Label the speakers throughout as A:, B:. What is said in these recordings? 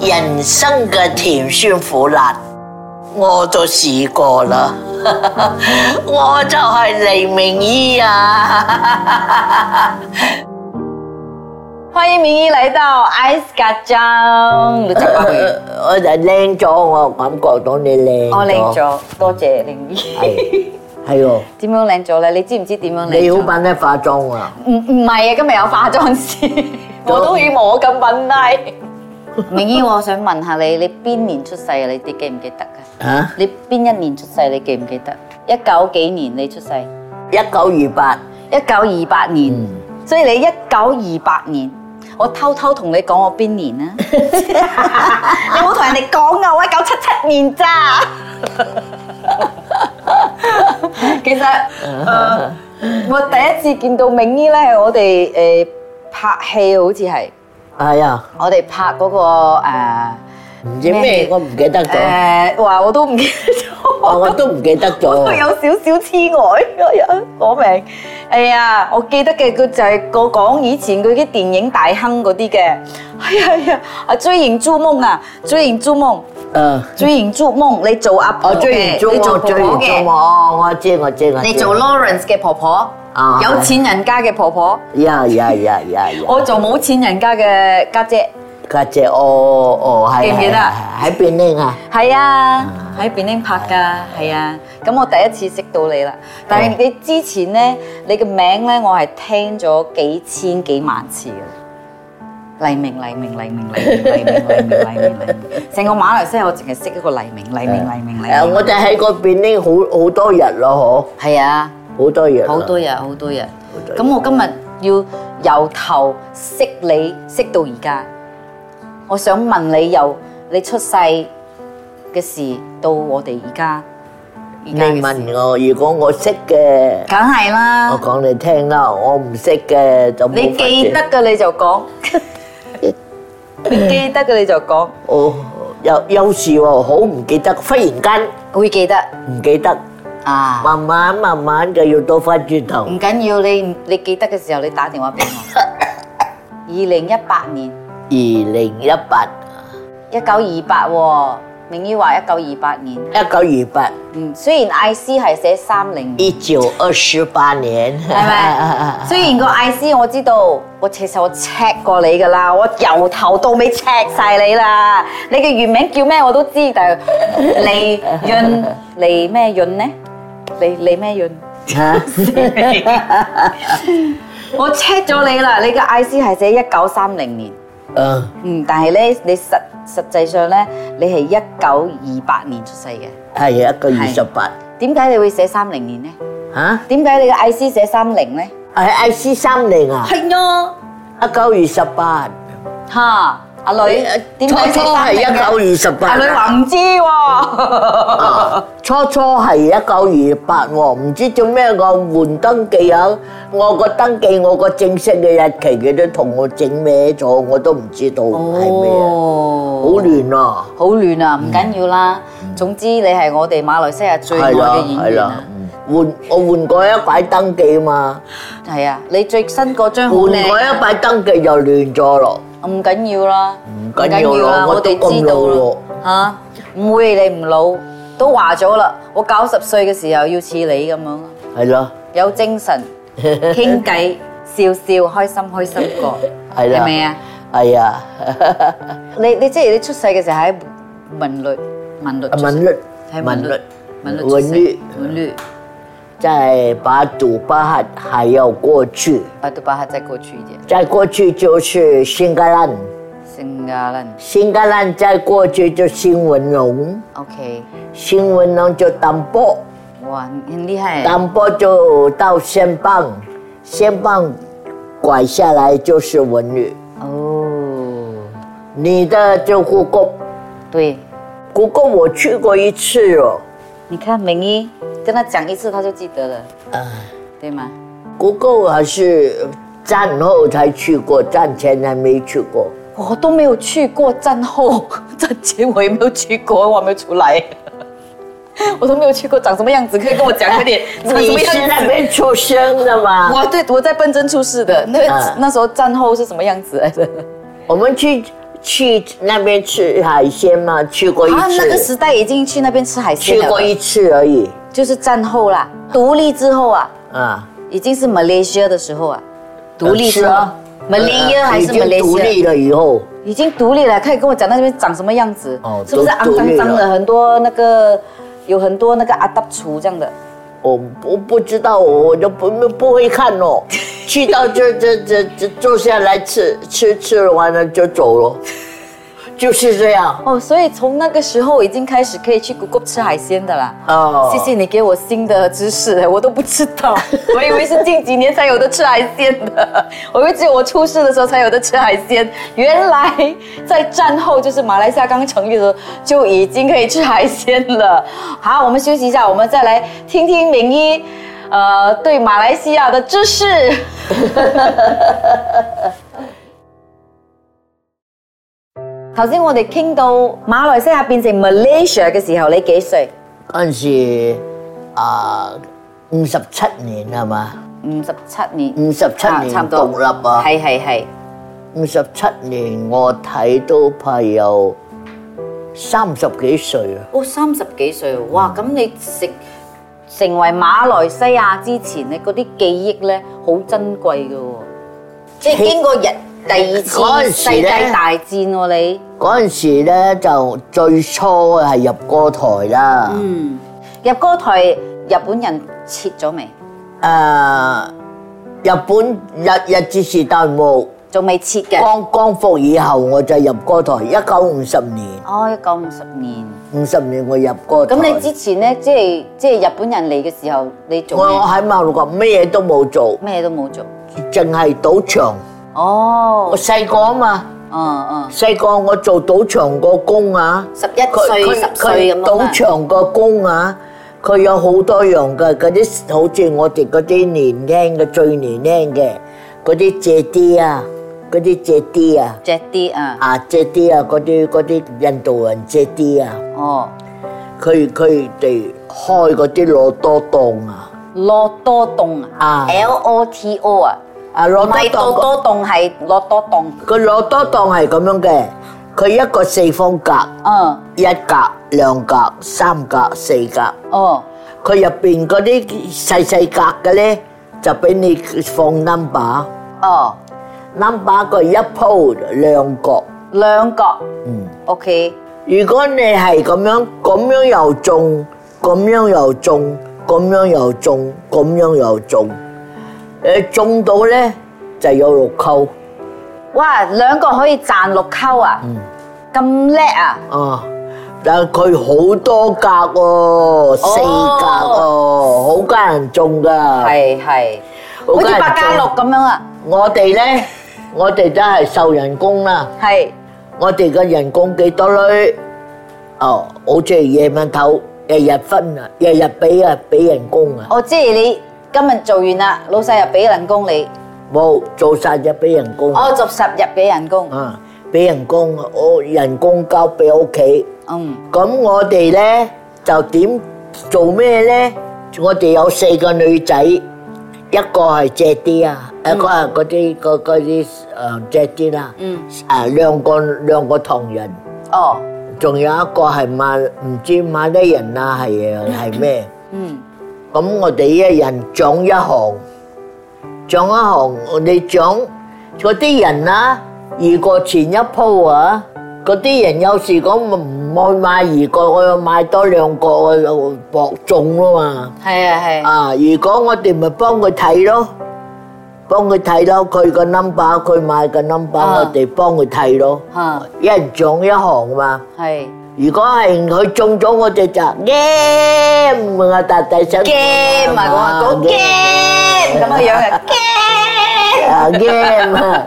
A: 人生嘅甜酸苦辣，我都試過啦。 我就係黎明依 啊！
B: 欢迎明依来到 Ice 嘎张，你再八回。
A: 我就靚咗，我感覺到你靚。
B: 我靚。咗，多謝玲姨。
A: 係 係喎，
B: 點樣靚咗咧？你知唔知點樣靚咗？
A: 你好品咧化妝啊！
B: 唔唔係啊，今日有化妝師，我都以為我咁品低。明姨，我想問下你，你邊年出世啊？你記唔記得啊？
A: 嚇，
B: 你邊一年出世？你記唔記得？一九幾年你出世？
A: 一九二八。
B: 一九二八年，所以你一九二八年，我偷偷同你講我邊年啊？你冇同人哋講啊，我一九七七年咋。其實、呃我第一次見到明姨咧，係我哋誒、呃拍戲，好似係
A: 係啊，
B: 我哋拍嗰、個誒
A: 唔知咩我唔記得咗，
B: 誒話呃我都唔記得咗。
A: 我我都唔記得
B: 我有
A: 咗。
B: 少少痴呆 嗰人講名。哎呀，我記得嘅佢就係個講以前佢啲電影大亨嗰啲嘅。哎呀哎呀，啊追影逐夢啊，追影逐夢，
A: 誒，
B: 追影逐夢，你做阿婆
A: 我追完
B: 嘅，
A: 中
B: 你做
A: 我
B: 婆
A: 追
B: 婆
A: 完中
B: 嘅，
A: 我，我知我知我知。
B: 你做 Lawrence 嘅婆婆
A: 啊，
B: 有錢人家嘅婆婆，
A: 呀呀呀呀呀！
B: 我做冇錢人家嘅家姐。
A: 家姐，哦哦，係
B: 記唔記得
A: 係係喺邊呢？啊？
B: 係啊，喺便丁拍㗎，係啊。咁我第一次識到你啦，但係你之前咧，你嘅名咧，我係聽咗幾千幾萬次嘅。黎明，黎明，黎明，黎明，黎明，黎明，黎明，黎明。成個馬來西亞我淨係識一個黎明，黎明，黎明，黎
A: 誒，
B: 明。
A: 我哋喺嗰邊呢，好好多日咯，
B: 係啊，
A: 嗬，好多日啦。
B: 好多日，好多日
A: 多。日
B: 咁我今日要由頭識你，識到而家。我想問你由你出世嘅事到我哋而家，而
A: 你
B: 家嘅事
A: 問我，如果我識嘅，
B: 梗係
A: 我
B: 啦，
A: 講你聽啦；我唔識嘅就冇
B: 你
A: 法子
B: 記得嘅你就講，你記得嘅你就講，
A: 哦，有有時喎，好唔記得，忽然間
B: 會記得
A: 唔記得，
B: 啊。
A: 慢慢慢慢就要倒翻轉頭。
B: 唔緊要，你唔你記得嘅時候，你打電話俾我。二零一八年，
A: 二零一八，
B: 一九二八喎，明姨話一九二八年。
A: 一九二八，
B: 嗯，雖然 I C 係寫三零，
A: 一九二十八年，係
B: 係咪？雖然個 I C 我知道，我其實我 check 過你噶啦，我由頭到尾 check 晒你啦。你嘅原名叫咩我都知，但係李潤李咩潤呢？李李咩潤？我 check 咗你啦，你嘅 I C 係寫一九三零年，
A: 嗯。
B: 嗯，但係咧你實實際上咧，你係一九二八年出世嘅，
A: 係啊，一個二十八
B: 點解你會寫三零年呢？
A: 嚇，
B: 點解你嘅 I C 寫三零呢？
A: 係 I C 三零啊，
B: 係啊。
A: 一九二十八，
B: 哈，阿女點
A: 初
B: 解
A: 初係一九二十八，
B: 阿女話唔知喎，
A: 啊初初係一九二八喎，唔知做咩我換登記啊，我個登記我個正式嘅日期佢都同我整歪咗，我都唔知道係咩啊，好
B: 哦，
A: 亂啊，
B: 好亂啊，唔緊要啦。總之你係我哋馬來西亞最愛
A: 係啦
B: 嘅演
A: 係
B: 員
A: 啦
B: 啊，，
A: 嗯換我換過一擺登記嘛，
B: 係啊，你最新嗰張好
A: 換過
B: 靚啊，
A: 一擺登記就亂咗咯，
B: 唔緊要啦，
A: 唔緊要啦我都咁
B: 啦嚇，唔會你唔老，都話咗啦，我九十歲嘅時候要似你咁樣啦，
A: 係咯。
B: 有精神，傾偈，笑笑，開心開心過，
A: 係啦
B: 係咪啊？
A: 係啊，
B: 你你即係你出世嘅時候喺文律文律出世
A: 文律
B: 喺
A: 文律
B: 文律
A: 文律
B: 文律
A: 在把祖巴哈还要过去，
B: 百度巴克再過去一點，
A: 再过去就是新加兰，
B: 新加蘭
A: 新加兰再过去就新文龙，
B: OK，
A: 新文龙就丹波，
B: 哇，你很厲害，
A: 丹波就到仙棒，仙棒拐下来就是文旅，
B: 哦，
A: 你的就故宫，
B: 對，
A: 故宫我去过一次哦，
B: 你看明一跟他講一次他就記得了，對嗎？
A: 故宫还是战后才去过，战前还没去过。
B: 我都沒有去過戰 後，戰前我也沒有去過，我還沒有出來， 我都沒有去過，長什麼樣子？可以跟我講一點，長什
A: 你
B: 麼
A: 是
B: 樣
A: 那
B: 子？
A: 边出生的吗？
B: 我对我在笨珍出世的，那、
A: 啊
B: 啊那时候战后是什么样子来着？
A: 我们去去那边吃海鲜吗？去过一
B: 啊，那个
A: 次，
B: 时代已经去那边吃海鲜
A: 去
B: 了，
A: 过一次而已。
B: 就是战后啦，独立之后啊，
A: 啊，
B: 已经是 Malaysia 的时候啊，独立之
A: 是
B: 后
A: 啊
B: ，Malaysia 还
A: 已
B: 是
A: 经独
B: Malaysia，
A: 立了以后，
B: 已经独立了，可以跟我讲那边长什么样子
A: 哦，
B: 是不是
A: 都
B: 肮
A: 独立
B: 脏脏的，
A: 了
B: 很多那个有很多那个阿达厨这样的，
A: 我不不知道，我我就不不会看 哦。去到这这这这坐下来吃吃吃完了就走了，就是这样。
B: 哦，所以从那个时候已经开始可以去 Google 吃海鲜的啦。
A: 哦
B: 谢谢你给我新的知识，我都不知道， 我以为是近几年才有的吃海鲜的，我以为只有我出世的时候才有的吃海鲜。原来在战后，就是马来西亚刚成立的时候就已经可以吃海鲜了。好，我们休息一下，我们再来听听明一，呃，对马来西亚的知识。 頭先我哋傾到馬來西亞變成 Malaysia 嘅時候，你幾歲？
A: 嗰陣時啊，五十七年係嘛？
B: 五十七年，
A: 五十七
B: 啊
A: 年獨立啊！
B: 係係係，
A: 五十七年我睇都怕有三十幾歲啊！
B: 哦三十幾歲喎，哇！咁你食成為馬來西亞之前咧，嗰啲記憶咧好珍貴嘅喎，即係經過日第二
A: 嗰
B: 次
A: 陣時
B: 世
A: 呢
B: 界大戰喎你，
A: 嗰陣時咧就最初係入歌台啦，誒、
B: 嗯，入歌台日本人撤咗未？
A: À, 日本日日治時代冇
B: 仲未撤嘅，
A: 光光復以後我就入歌台，一九五十年，
B: 哦一九五十年，
A: 五十年我入歌台。
B: 咁你之前咧即係即係日本人嚟嘅時候，你
A: 我
B: 做
A: 我
B: 咩
A: 喺馬路角咩嘢都冇做，
B: 咩都冇做，
A: 淨係賭場。
B: 哦
A: 我，細個啊嘛，
B: 嗯嗯，
A: 細個我做賭場個工啊。
B: 十一歲十歲咁樣啊
A: 賭場個工啊，佢有好多樣嘅，嗰啲好似我哋嗰啲年輕嘅最年輕嘅嗰啲借啲啊，嗰啲借啲啊，
B: 着啲啊，
A: 啊借啲啊，嗰啲嗰啲印度人借啲啊，
B: 哦，
A: 佢佢哋開嗰啲攞多檔啊，
B: 落多凍啊
A: 啊
B: ，L O T O 啊，
A: 啊
B: 唔
A: 攞
B: 係
A: 多檔，
B: 多多凍係落多凍，
A: 佢攞多檔係咁樣嘅，佢一個四方格，
B: 嗯，
A: 一格、兩格、三格、四格。
B: 哦，
A: 佢入邊嗰啲細細格嘅咧，就俾你放 number。
B: 哦，
A: number 佢一鋪兩角，
B: 兩角
A: 嗯。
B: ，OK，
A: 如果你係咁樣，咁樣又中，咁樣又中，咁樣又中，咁樣又中，誒中到咧就有六扣
B: 哇，兩角可以賺六溝啊，
A: 嗯
B: 咁叻啊，
A: 啊！但係佢好多格喎、四格喎、好艱人中㗎。
B: 係係，
A: 好
B: 好似
A: 梗係
B: 百家樂咁樣啊，
A: 我哋咧，我哋都係受人工啦。
B: 係，
A: 我哋嘅人工幾多咧？哦，好似夜晚頭日日分啊，日日俾啊俾人工啊，
B: 哦，即係你今日做完啦，老細又俾人工你，
A: 冇做晒就俾人工
B: 我做十日俾人工，
A: 啊，俾人工，我人工交俾屋企。
B: 嗯，
A: 咁我哋咧就點做咩咧？我哋有四個女仔，一個係借啲啊，一個係嗰啲嗰嗰啲誒借啲啦，
B: 嗯，
A: 誒兩個兩個唐人。
B: 哦，
A: 仲有一個係馬唔知馬來人啊，係係咩？
B: 嗯，
A: 咁我哋一人獎一行，獎一行，我哋獎嗰啲人啊，二個前一鋪啊，嗰啲人有時講唔愛買二個，我要買多兩個，我就博中啦嘛。
B: 係啊係啊，
A: 啊，如果我哋咪幫佢睇咯，幫佢睇咯，佢個 number，佢買個 number，
B: 啊
A: 我哋幫佢睇咯，
B: 啊
A: 一人獎一行嘛。
B: 係。
A: 如果係佢中咗我哋就 game 啊，大大聲
B: game 啊，我話講 game 咁嘅樣嘅 game。
A: 啊 À, game 啊，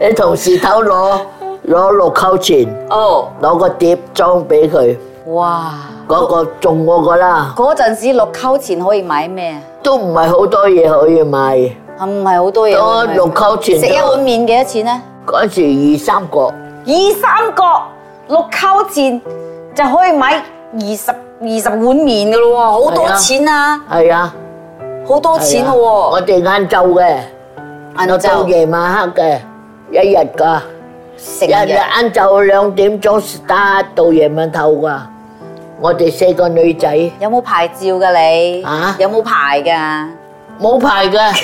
A: 你同事頭攞攞六扣錢，
B: 哦，
A: 攞個碟裝俾佢，
B: 哇！
A: 嗰、個中嗰個啦，
B: 嗰陣時六溝錢可以買咩啊？
A: 都唔係好多嘢可以買，
B: 係唔係好多嘢可以買？
A: 哦多六溝錢
B: 食一碗麵幾多錢咧？
A: 嗰陣時二三個，
B: 二三角六溝錢就可以買二十二十碗麵嘅咯喎，好
A: 係
B: 多
A: 啊
B: 錢啊！
A: 係啊，
B: 好
A: 係
B: 多錢
A: 啊
B: 嘅喎，
A: 我哋晏晝嘅，
B: 晏
A: 我到
B: 晝
A: 夜晚黑嘅，一日㗎，
B: 成
A: 人哋
B: 日
A: 晏晝兩點鐘 start 到夜晚透噶，我哋四個女仔
B: 有冇牌照㗎你？
A: 啊
B: 有冇牌㗎？
A: 冇牌嘅，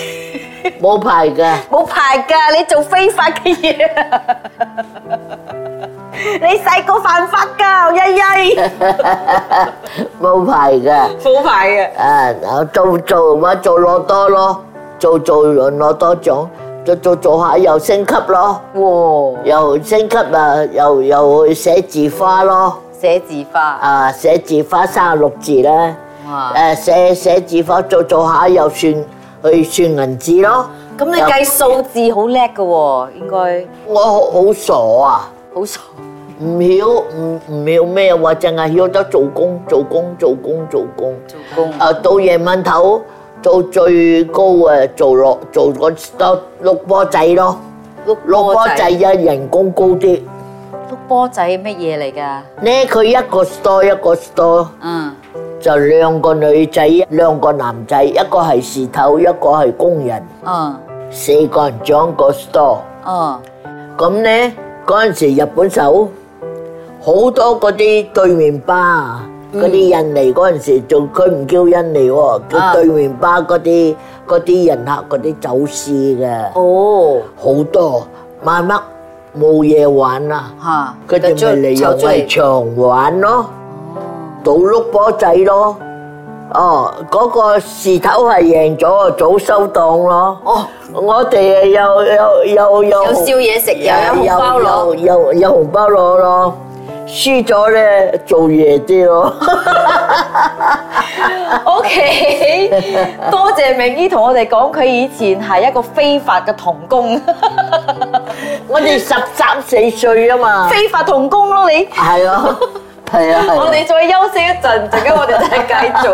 A: 冇牌嘅，
B: 冇牌㗎，你做非法嘅嘢，你細個犯法㗎，曳曳。
A: 冇牌嘅。
B: 冇牌嘅。
A: à, làm làm mà làm lô đa lo, làm làm lô đa trúng, làm làm làm hạ, rồi nâng cấp lo,
B: 哇！
A: rồi nâng cấp à, rồi rồi viết chữ hoa lo,
B: 寫字花，
A: à, viết chữ hoa 36 chữ đó,
B: 哇！
A: à, viết viết chữ hoa làm làm hạ, rồi tính, đi tính ngân chữ lo,
B: 咁你
A: rồi-
B: 計數字好叻嘅喎，應該
A: tôi hổ sổ à,
B: 好傻。
A: không hiểu, không không hiểu咩, hoặc chỉ là hiểu được làm công, làm công, làm công, làm công.
B: 做工
A: 啊，到夜晚頭做最高誒，做落做個多六波仔咯，
B: 碌
A: 六波仔啊，人工高啲。
B: 碌波仔乜嘢嚟㗎？
A: 呢佢一個 store 一個 store
B: 嗯，
A: 就兩個女仔，兩個男仔，一個係侍頭，一個係工人，
B: 嗯，
A: 四個人掌個 store。
B: 嗯，
A: 咁呢，嗰陣時日本手好多嗰啲對面巴啊，嗰啲印尼嗰陣時做佢唔叫印尼喎，
B: 啊
A: 叫對面巴嗰啲嗰啲人客嗰啲走私嘅，
B: 哦，
A: 好多慢慢冇嘢玩啦，
B: 嚇，
A: 佢哋咪利用圍牆玩咯，賭碌波仔咯。哦，嗰、個士頭係贏咗，早收檔咯。
B: 哦，
A: 我哋又又又又
B: 有宵夜食，又有
A: Dạ,
B: 紅包攞，
A: 有有有紅包攞咯。輸咗咧做嘢啲咯，
B: O K，多謝明姨同我哋講，佢以前係一個非法嘅童工，
A: 我哋十三四歲啊嘛，
B: 非法童工咯你。
A: 係啊，係啊，係啊
B: 我哋再休息一陣，陣間我哋再繼續。